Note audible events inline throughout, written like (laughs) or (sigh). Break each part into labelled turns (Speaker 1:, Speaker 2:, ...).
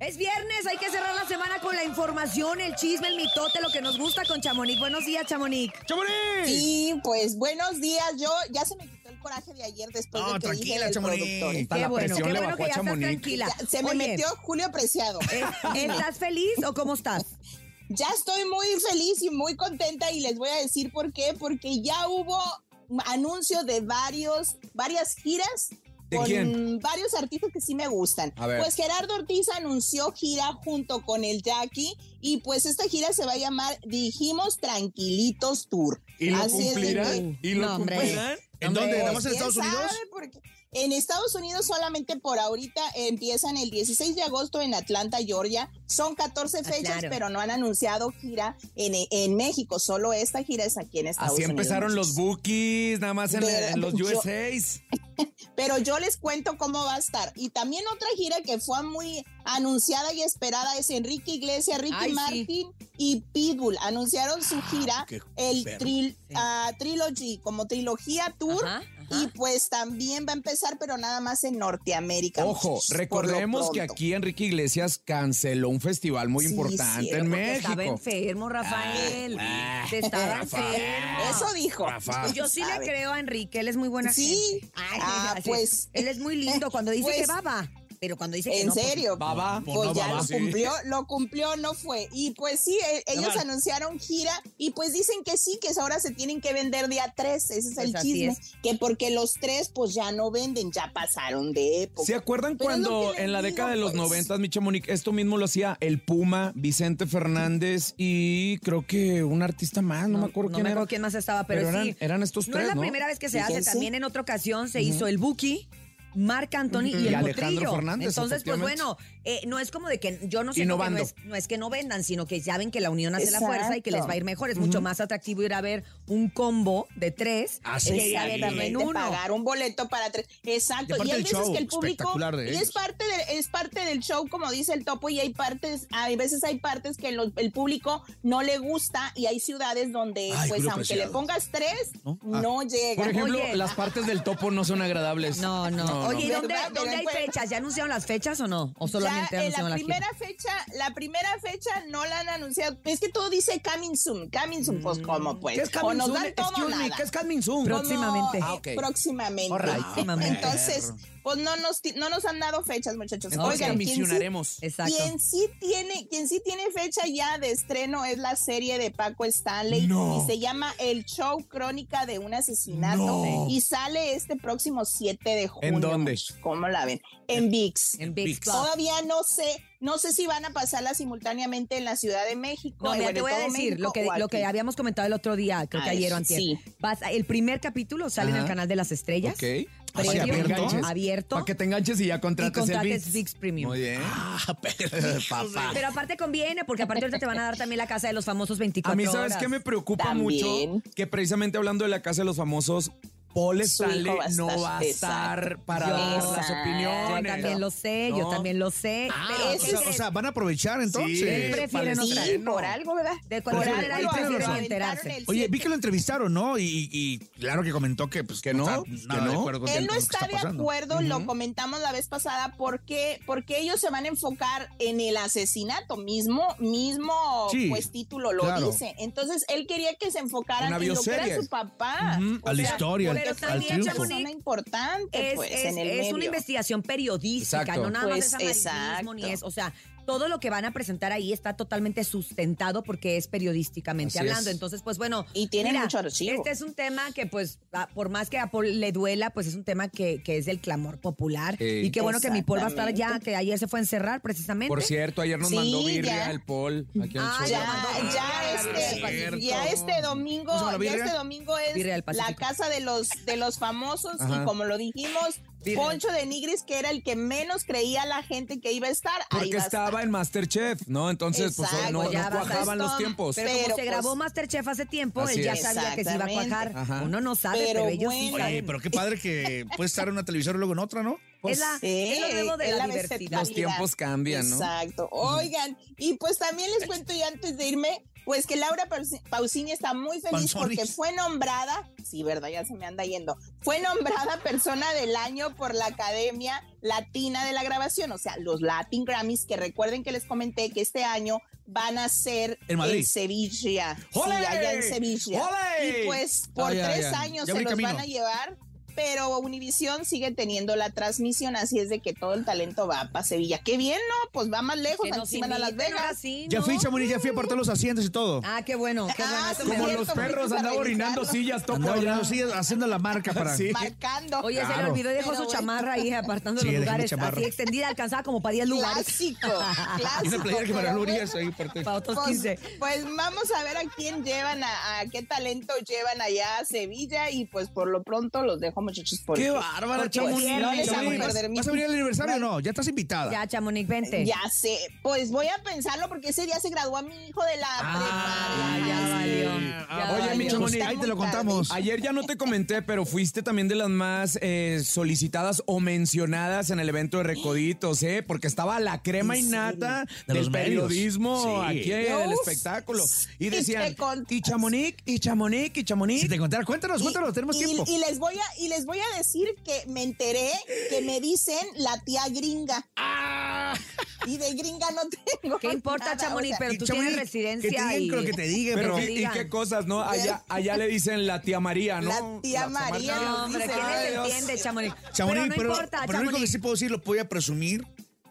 Speaker 1: Es viernes, hay que cerrar la semana con la información, el chisme, el mitote, lo que nos gusta con Chamonix. Buenos días, Chamonix.
Speaker 2: ¡Chamonix!
Speaker 3: Sí, pues buenos días. Yo ya se me quitó el coraje de ayer después
Speaker 2: No,
Speaker 3: de que dije
Speaker 2: tranquila,
Speaker 3: el
Speaker 2: Chamonix.
Speaker 3: productor.
Speaker 2: Hasta
Speaker 1: Qué
Speaker 2: la
Speaker 1: bueno,
Speaker 2: presión
Speaker 1: qué
Speaker 2: le
Speaker 1: bueno
Speaker 2: bajó
Speaker 1: que
Speaker 2: a
Speaker 1: ya estás
Speaker 2: Chamonix.
Speaker 1: tranquila.
Speaker 3: Ya, se me
Speaker 1: Oye, eh,
Speaker 3: metió Julio Preciado.
Speaker 1: ¿Estás feliz o cómo estás?
Speaker 3: Ya estoy muy feliz y muy contenta y les voy a decir por qué, porque ya hubo anuncio de varios, varias giras
Speaker 2: ¿De
Speaker 3: con
Speaker 2: quién?
Speaker 3: varios artistas que sí me gustan.
Speaker 2: A ver.
Speaker 3: Pues Gerardo Ortiz anunció gira junto con el Jackie y pues esta gira se va a llamar Dijimos Tranquilitos Tour.
Speaker 2: ¿Y lo
Speaker 3: Así es de que-
Speaker 2: cumplirán? ¿Y lo
Speaker 1: No, hombre.
Speaker 2: cumplirán? ¿En dónde?
Speaker 3: Pues,
Speaker 2: ¿Nada más en
Speaker 3: ¿quién
Speaker 2: Estados Unidos?
Speaker 3: sabe? Porque en Estados Unidos solamente por ahorita empiezan el 16 de agosto en Atlanta, Georgia. Son 14
Speaker 1: Ah,
Speaker 3: fechas,
Speaker 1: claro.
Speaker 3: pero no han anunciado gira en, en México. Solo esta gira es aquí en Estados
Speaker 2: Así
Speaker 3: Unidos.
Speaker 2: empezaron los bookies, nada más en, la-
Speaker 3: Pero
Speaker 2: en los
Speaker 3: yo-
Speaker 2: USAs.
Speaker 3: Pero yo les cuento cómo va a estar. Y también otra gira que fue muy anunciada y esperada es Enrique Iglesias, Ricky
Speaker 1: Ay, sí.
Speaker 3: Martin y Pitbull. Anunciaron su gira,
Speaker 2: Ah, qué
Speaker 3: el
Speaker 2: perro.
Speaker 3: tril- ah, Trilogy, como Trilogía Tour.
Speaker 1: Ajá,
Speaker 3: Y
Speaker 1: ajá.
Speaker 3: pues también va a empezar, pero nada más en Norteamérica.
Speaker 2: Ojo,
Speaker 3: muchachos, por lo
Speaker 2: recordemos que
Speaker 3: pronto.
Speaker 2: aquí Enrique Iglesias canceló un festival muy
Speaker 3: Sí,
Speaker 2: importante
Speaker 3: cierto,
Speaker 2: en
Speaker 1: Porque Estaba
Speaker 2: México.
Speaker 1: enfermo, Rafael.
Speaker 2: Ah,
Speaker 1: Te estaba
Speaker 2: Rafael.
Speaker 1: enfermo.
Speaker 3: Eso dijo.
Speaker 2: Rafa.
Speaker 3: (laughs)
Speaker 1: Yo sí le
Speaker 3: ¿Sabe?
Speaker 1: creo a Enrique, él es muy buena
Speaker 3: Sí.
Speaker 1: gente. Ay, (laughs)
Speaker 3: Ah,
Speaker 1: así.
Speaker 3: pues.
Speaker 1: Él es muy lindo cuando dice
Speaker 3: Pues,
Speaker 1: que va, va. Pero cuando dice que
Speaker 3: En
Speaker 1: no, pues,
Speaker 3: serio.
Speaker 2: Baba,
Speaker 3: Pues
Speaker 2: no,
Speaker 3: ya
Speaker 2: baba,
Speaker 3: lo
Speaker 2: sí.
Speaker 3: cumplió, lo cumplió, no fue. Y pues sí, e- ellos
Speaker 2: Baba.
Speaker 3: anunciaron gira y pues dicen que sí, que ahora se tienen que vender día 3, ese es el
Speaker 1: Pues así
Speaker 3: chisme,
Speaker 1: es.
Speaker 3: que porque los tres pues ya no venden, ya pasaron de época.
Speaker 2: ¿Se acuerdan
Speaker 3: Pero es lo
Speaker 2: cuando
Speaker 3: que les
Speaker 2: en la
Speaker 3: digo,
Speaker 2: década de los
Speaker 3: pues.
Speaker 2: noventas, Micha Monique, esto mismo lo hacía el Puma, Vicente Fernández y creo que un artista más, no, me acuerdo quién
Speaker 1: me
Speaker 2: era.
Speaker 1: acuerdo quién más estaba, pero,
Speaker 2: Pero eran-
Speaker 1: sí.
Speaker 2: eran estos
Speaker 1: No es
Speaker 2: tres,
Speaker 1: la
Speaker 2: ¿no?
Speaker 1: primera vez que se hace.
Speaker 3: Fíjense.
Speaker 1: También en otra ocasión se hizo el Buki. Marc Anthony y,
Speaker 2: Y
Speaker 1: el
Speaker 2: Alejandro
Speaker 1: Potrillo.
Speaker 2: Fernández,
Speaker 1: Entonces, pues
Speaker 2: efectivamente.
Speaker 1: bueno, eh, no es como de que yo no sé no
Speaker 2: Innovando.
Speaker 1: es, no es que no vendan, sino que saben que la unión hace la fuerza y que les va a ir mejor. Es mucho más atractivo ir a ver un combo de tres
Speaker 2: Así
Speaker 1: que ir a verlo en
Speaker 3: Exactamente,
Speaker 1: uno.
Speaker 3: pagar un boleto para tres.
Speaker 2: Y
Speaker 3: Exacto.
Speaker 2: aparte
Speaker 3: Y hay
Speaker 2: el
Speaker 3: veces
Speaker 2: show,
Speaker 3: que el público.
Speaker 2: espectacular de
Speaker 3: Y
Speaker 2: ellos.
Speaker 3: es parte, de, es parte del show, como dice el topo, y hay partes, hay veces hay partes que lo- el público no le gusta y hay ciudades donde,
Speaker 2: Ay,
Speaker 3: pues,
Speaker 2: Julio
Speaker 3: aunque
Speaker 2: Preciado.
Speaker 3: le pongas tres,
Speaker 2: ¿No?
Speaker 3: no,
Speaker 2: Ah.
Speaker 3: llega.
Speaker 2: Por ejemplo,
Speaker 1: Oye.
Speaker 2: las partes del topo no son agradables.
Speaker 1: No, no. Oye, ¿y
Speaker 3: ¿Verdad?
Speaker 1: dónde,
Speaker 3: Pero
Speaker 1: dónde hay
Speaker 3: encuentra-
Speaker 1: fechas? ¿Ya anunciaron las fechas o no? ¿O
Speaker 3: Ya
Speaker 1: solamente
Speaker 3: en
Speaker 1: anunciaron
Speaker 3: la
Speaker 1: las
Speaker 3: primera fecha, la primera fecha no la han anunciado. Es que todo dice coming soon, coming soon,
Speaker 1: Mm.
Speaker 3: pues como pues. o nos dan todo o nada.
Speaker 2: Coming Soon?
Speaker 1: Pro- Próximamente.
Speaker 3: Como,
Speaker 2: Ah,
Speaker 3: eh,
Speaker 2: ok.
Speaker 3: Próximamente.
Speaker 2: Alright.
Speaker 1: Próximamente.
Speaker 3: Entonces, pues no nos, ti- no nos han dado fechas, muchachos.
Speaker 2: Entonces
Speaker 3: Oigan, ¿quién sí,
Speaker 2: ambicionaremos.
Speaker 1: Exacto.
Speaker 3: quien sí tiene, quien sí tiene fecha ya de estreno es la serie de Paco Stanley
Speaker 2: No.
Speaker 3: y se llama El Show Crónica de un asesinato
Speaker 2: No.
Speaker 3: y sale este próximo 7 de junio.
Speaker 2: ¿En dónde?
Speaker 3: ¿Cómo la ven? En VIX.
Speaker 1: En Big
Speaker 2: Vix.
Speaker 1: Plus.
Speaker 3: Todavía no sé, no sé si van a pasarla simultáneamente en la Ciudad de México.
Speaker 1: No,
Speaker 3: eh,
Speaker 1: mira,
Speaker 3: bueno,
Speaker 1: te voy a
Speaker 3: todo
Speaker 1: decir
Speaker 3: México
Speaker 1: lo que,
Speaker 3: o
Speaker 1: lo que
Speaker 3: aquí.
Speaker 1: habíamos comentado el otro día, creo que
Speaker 3: Ay,
Speaker 1: ayer o antier.
Speaker 3: sí.
Speaker 1: Vas a- el primer capítulo sale en
Speaker 2: Ajá.
Speaker 1: el canal de las estrellas.
Speaker 2: Ok. Ah, sí,
Speaker 1: Previo,
Speaker 2: abierto.
Speaker 1: abierto.
Speaker 2: Para que te enganches y ya
Speaker 1: Y
Speaker 2: contrates el
Speaker 1: contrates
Speaker 2: VIX.
Speaker 1: VIX Premium.
Speaker 2: Muy bien. Ah,
Speaker 4: Eh,
Speaker 2: pero, papá.
Speaker 1: Pero aparte conviene, porque aparte ahorita te van a dar también la casa de los famosos 24
Speaker 2: A mí, ¿sabes qué me preocupa mucho?
Speaker 3: También.
Speaker 2: Que precisamente hablando de la casa de los famosos, Paul
Speaker 3: Su hijo
Speaker 2: Stanley
Speaker 3: va a
Speaker 2: no
Speaker 3: estar-
Speaker 2: va a estar
Speaker 3: exacto.
Speaker 2: para
Speaker 1: Yo-
Speaker 2: dar las
Speaker 3: Exacto.
Speaker 2: opiniones.
Speaker 1: Yo también lo sé, yo
Speaker 2: No. Ah,
Speaker 1: también lo sé. "Ah,
Speaker 4: Ah,
Speaker 1: pero
Speaker 3: o
Speaker 1: ¿qué
Speaker 3: sea- o
Speaker 1: crees?
Speaker 4: van a aprovechar
Speaker 2: Sí,
Speaker 1: prefieren
Speaker 2: para el
Speaker 1: otra.
Speaker 3: Sí,
Speaker 2: estreno.
Speaker 3: por algo, ¿verdad?
Speaker 1: de cualquier
Speaker 4: Pero-
Speaker 1: manera
Speaker 4: Ahí tienen
Speaker 1: prefieren
Speaker 4: razón.
Speaker 1: enterarse.
Speaker 3: El
Speaker 4: Oye, vi
Speaker 3: siete.
Speaker 4: que lo entrevistaron, ¿no? Y, y- y claro que comentó que pues
Speaker 2: Que no,
Speaker 4: está
Speaker 2: que
Speaker 4: nada de
Speaker 2: no.
Speaker 4: acuerdo con
Speaker 3: Él
Speaker 4: él
Speaker 3: no
Speaker 4: con lo que
Speaker 3: está de
Speaker 4: pasando.
Speaker 3: acuerdo, lo comentamos la vez pasada, porque, porque ellos se van a enfocar en el asesinato mismo, mismo
Speaker 4: Sí,
Speaker 3: pues título lo
Speaker 4: claro.
Speaker 3: dice. Entonces, él quería que se enfocaran
Speaker 2: Una
Speaker 3: en lo que
Speaker 2: bioserie.
Speaker 3: era su papá.
Speaker 2: Ujú,
Speaker 3: O
Speaker 4: a la
Speaker 3: sea,
Speaker 4: historia, al-
Speaker 3: porque
Speaker 1: al
Speaker 3: fue una
Speaker 1: triunfo.
Speaker 3: persona importante,
Speaker 1: Es,
Speaker 3: pues,
Speaker 1: es-
Speaker 3: en el
Speaker 1: es una
Speaker 3: medio.
Speaker 1: investigación periodística,
Speaker 2: Exacto.
Speaker 1: no nada
Speaker 3: Pues,
Speaker 1: más es amarillismo
Speaker 3: exacto.
Speaker 1: ni es, o sea, todo lo que van a presentar ahí está totalmente sustentado porque es periodísticamente
Speaker 2: Así
Speaker 1: hablando.
Speaker 2: es.
Speaker 1: Entonces, pues bueno,
Speaker 3: Y tiene
Speaker 1: mira,
Speaker 3: mucho archivo.
Speaker 1: Este es un tema que, pues, a- por más que a Paul le duela, pues es un tema que, que es del clamor popular.
Speaker 2: Sí.
Speaker 1: Y qué bueno que mi Paul va a estar ya,
Speaker 3: Exactamente.
Speaker 1: que ayer se fue a encerrar precisamente.
Speaker 2: Por cierto, ayer nos
Speaker 3: Sí,
Speaker 2: mandó birria
Speaker 3: ya.
Speaker 2: el Paul. Aquí en el
Speaker 1: Ah,
Speaker 2: show.
Speaker 1: Ya
Speaker 3: ya,
Speaker 1: mandó
Speaker 3: ya
Speaker 1: birria del
Speaker 3: este,
Speaker 2: Pacífico.
Speaker 3: ya este domingo,
Speaker 2: ¿Cómo se llama la
Speaker 3: ya
Speaker 2: Pues, birria?
Speaker 3: este domingo
Speaker 1: Birria del
Speaker 3: es
Speaker 1: Pacífico.
Speaker 3: la casa de los de los famosos
Speaker 2: Ajá.
Speaker 3: y como lo dijimos,
Speaker 1: Birria.
Speaker 3: Poncho de Nigris que era el que menos creía la gente que iba a estar, ahí
Speaker 2: Porque
Speaker 3: va a estar.
Speaker 2: estaba en Masterchef, ¿no? Entonces, pues
Speaker 3: Exacto,
Speaker 2: no, no
Speaker 1: ya va a estar
Speaker 2: cuajaban los
Speaker 3: esto-
Speaker 2: tiempos.
Speaker 1: pero, como
Speaker 3: pero,
Speaker 1: se
Speaker 3: pues,
Speaker 1: grabó Masterchef hace tiempo,
Speaker 2: Así
Speaker 1: él ya
Speaker 2: es.
Speaker 1: sabía que se iba a cuajar.
Speaker 3: Exactamente.
Speaker 2: Ajá.
Speaker 1: Uno no sabe, pero,
Speaker 3: Pero
Speaker 1: ellos sí
Speaker 3: bueno.
Speaker 4: Oye,
Speaker 1: saben.
Speaker 4: pero qué padre que puede estar en una televisora y luego en otra, ¿no?
Speaker 1: es, la,
Speaker 3: Sí,
Speaker 1: es lo nuevo de
Speaker 3: es
Speaker 1: la,
Speaker 3: la
Speaker 1: diversidad.
Speaker 3: versatilidad.
Speaker 2: Los tiempos cambian, ¿no?
Speaker 3: Exacto. Oigan, y pues también les cuento y antes de irme Pues que Laura Paus- Pausini está muy feliz
Speaker 4: Panzoni.
Speaker 3: porque fue nombrada, sí, verdad, ya se me anda yendo, fue nombrada persona del año por la Academia Latina de la Grabación, o sea, los Latin Grammys, que recuerden que les comenté que este año van a ser
Speaker 4: En Madrid.
Speaker 3: Sevilla, sí,
Speaker 4: ¡Ole!
Speaker 3: allá en Sevilla.
Speaker 4: ¡Ole!
Speaker 3: Y pues por
Speaker 2: Ah, ya,
Speaker 3: tres
Speaker 2: ya.
Speaker 3: años
Speaker 4: Ya
Speaker 3: se
Speaker 4: voy
Speaker 3: los
Speaker 4: camino.
Speaker 3: van a llevar. Pero Univisión sigue teniendo la transmisión, así es de que todo el talento va para Sevilla. Qué bien, ¿no? Pues va más lejos,
Speaker 1: Que nos
Speaker 3: encima a Las
Speaker 1: inviten, ahora
Speaker 3: Vegas.
Speaker 1: sí,
Speaker 4: Ya
Speaker 1: ¿no?
Speaker 4: fui, Chamonix, ya fui a apartar los asientos y todo.
Speaker 1: Ah, qué bueno, qué bueno.
Speaker 3: Ah,
Speaker 1: eso
Speaker 3: sí,
Speaker 1: me
Speaker 3: Como
Speaker 1: da
Speaker 3: los
Speaker 1: gusto.
Speaker 3: perros, andaba para orinando revisarlo. sillas,
Speaker 4: Andaba hablando así, haciendo la marca
Speaker 2: (laughs)
Speaker 4: para.
Speaker 2: Sí.
Speaker 3: marcando.
Speaker 1: Oye, se le
Speaker 4: Claro.
Speaker 1: olvidó y dejó
Speaker 3: Pero
Speaker 1: su
Speaker 3: bueno.
Speaker 1: chamarra ahí apartando
Speaker 4: Sí,
Speaker 1: los
Speaker 4: dejé mi
Speaker 1: lugares.
Speaker 4: chamarra.
Speaker 1: Así extendida, alcanzaba como para 10 lugares.
Speaker 3: Clásico, clásico.
Speaker 4: Esa playera que para
Speaker 3: pero
Speaker 4: Luria
Speaker 3: bueno,
Speaker 4: es ahí
Speaker 1: (laughs)
Speaker 4: parte.
Speaker 1: Para otros
Speaker 3: Pues,
Speaker 1: 15.
Speaker 3: pues vamos a ver a quién llevan, a, a qué talento llevan allá a Sevilla y pues por lo pronto los dejo muchachos por
Speaker 4: Qué bárbara,
Speaker 1: Porque
Speaker 4: Chamonix.
Speaker 1: viernes,
Speaker 4: Oye,
Speaker 1: vamos a
Speaker 4: Chamonix,
Speaker 3: perder
Speaker 4: ¿vas-
Speaker 3: mi-
Speaker 4: ¿Vas a venir al aniversario o no? Ya estás invitada.
Speaker 1: Ya, Chamonix, vente.
Speaker 3: Ya sé, pues voy a pensarlo porque ese día se graduó a mi hijo de la
Speaker 1: Ah,
Speaker 3: prepa.
Speaker 1: ya
Speaker 3: Ay,
Speaker 1: valió.
Speaker 2: Ah,
Speaker 1: ya
Speaker 2: oye,
Speaker 1: valió.
Speaker 2: mi Chamonix,
Speaker 4: Chamonix, ahí te lo
Speaker 3: Está muy
Speaker 4: contamos.
Speaker 2: Ayer ya no te comenté, pero fuiste también de las más eh, solicitadas o mencionadas en el evento de Recoditos, ¿eh? Porque estaba la crema
Speaker 3: ¿En
Speaker 2: innata
Speaker 4: De
Speaker 2: del
Speaker 4: los medios.
Speaker 2: periodismo
Speaker 4: Sí.
Speaker 2: aquí en el
Speaker 3: Uf,
Speaker 2: espectáculo. Y
Speaker 3: sí te
Speaker 2: decían,
Speaker 3: contas.
Speaker 2: y Chamonix, y Chamonix, y Chamonix.
Speaker 4: Si te contara, cuéntanos, Pues, cuéntanos, tenemos
Speaker 3: y-
Speaker 4: tiempo.
Speaker 3: y les voy a y les voy a decir que me enteré que me dicen la tía gringa.
Speaker 4: Ah.
Speaker 3: Y de gringa no tengo.
Speaker 1: ¿Qué importa,
Speaker 3: nada,
Speaker 1: Chamonix?
Speaker 3: o sea,
Speaker 1: Pero
Speaker 4: Y
Speaker 1: tú
Speaker 4: Chamonix,
Speaker 1: tienes residencia
Speaker 4: Que te digan
Speaker 1: y-
Speaker 4: con lo que te digan,
Speaker 2: Pero,
Speaker 4: pero.
Speaker 1: que
Speaker 2: y- y
Speaker 1: digan.
Speaker 2: qué cosas, ¿no? Allá,
Speaker 3: Ya.
Speaker 2: allá le dicen la tía María, ¿no?
Speaker 3: La tía María,
Speaker 2: Samantha.
Speaker 1: No, hombre,
Speaker 3: Dice,
Speaker 1: ¿quién
Speaker 3: ay,
Speaker 1: les
Speaker 2: Dios.
Speaker 1: entiende, Chamonix?
Speaker 4: Chamonix,
Speaker 1: pero no importa,
Speaker 4: pero lo único que
Speaker 1: Chamonix.
Speaker 4: sí puedo decir, lo voy a presumir,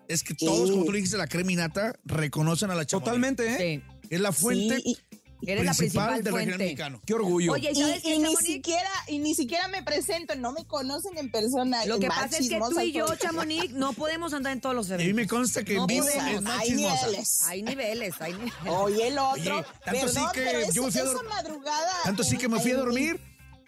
Speaker 4: es que todos,
Speaker 3: Sí.
Speaker 4: como tú le dijiste, la creminata, reconocen a la Chamonix.
Speaker 2: Totalmente, ¿eh?
Speaker 1: Sí,
Speaker 4: Es la fuente
Speaker 3: Sí, y-
Speaker 1: eres la principal
Speaker 4: del regional
Speaker 1: fuente.
Speaker 4: mexicano.
Speaker 2: Qué orgullo.
Speaker 1: Oye, ¿y
Speaker 3: Y,
Speaker 1: sabes
Speaker 3: y
Speaker 1: qué,
Speaker 3: ni
Speaker 1: Chamonix?
Speaker 3: siquiera y ni siquiera me presento, no me conocen en persona.
Speaker 1: Lo que
Speaker 3: más
Speaker 1: pasa es que tú
Speaker 3: chismosa
Speaker 1: y yo,
Speaker 3: soy.
Speaker 1: Chamonix, no podemos andar en todos los
Speaker 4: Y a mí me
Speaker 1: eventos.
Speaker 4: consta que
Speaker 1: No
Speaker 4: en vivo
Speaker 1: podemos,
Speaker 4: es más
Speaker 3: hay
Speaker 4: chismosa.
Speaker 3: niveles.
Speaker 1: Hay niveles, hay niveles.
Speaker 3: Oye, el otro.
Speaker 4: Oye, tanto
Speaker 3: perdón,
Speaker 4: sí que
Speaker 3: pero esa-
Speaker 4: yo me fui a
Speaker 3: esa
Speaker 4: dor-
Speaker 3: madrugada.
Speaker 4: Tanto sí que me fui a
Speaker 3: en-
Speaker 4: dormir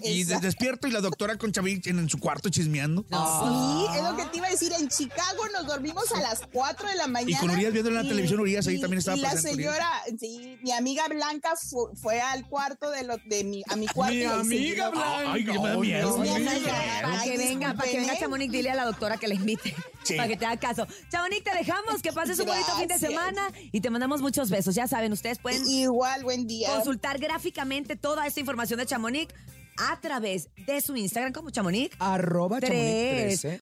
Speaker 4: y de-
Speaker 3: Exacto.
Speaker 4: despierto y la doctora con Chavich en, en su cuarto chismeando.
Speaker 3: Sí, es lo que te iba a decir. En Chicago nos dormimos a las 4 de la mañana.
Speaker 4: con Urias viendo la
Speaker 3: y-
Speaker 4: televisión, Urias ahí también estaba
Speaker 3: Y la
Speaker 4: presente, Urias.
Speaker 3: señora, sí, mi amiga Blanca fu- fue al cuarto de, lo, de mi,
Speaker 4: (laughs)
Speaker 3: a mi cuarto. y
Speaker 2: mi
Speaker 3: le
Speaker 2: amiga
Speaker 3: siguió.
Speaker 2: Blanca.
Speaker 4: Ay, que me da miedo.
Speaker 3: Dios mío,
Speaker 4: Ay,
Speaker 3: no,
Speaker 4: ay,
Speaker 3: no, no.
Speaker 1: Para que
Speaker 3: Ay,
Speaker 1: venga, para que venga
Speaker 3: discúlpeme.
Speaker 1: Chamonix, dile a la doctora que la invite.
Speaker 4: Sí.
Speaker 1: Para que te haga caso. Chamonix, te dejamos, que pases un bonito fin de
Speaker 3: Gracias.
Speaker 1: semana y te mandamos muchos besos. Ya saben, ustedes pueden
Speaker 3: Igual, buen día.
Speaker 1: consultar gráficamente toda esta información de Chamonix a través de su Instagram como Chamonix.
Speaker 2: Arroba Chamonix
Speaker 1: Tres.
Speaker 2: 13.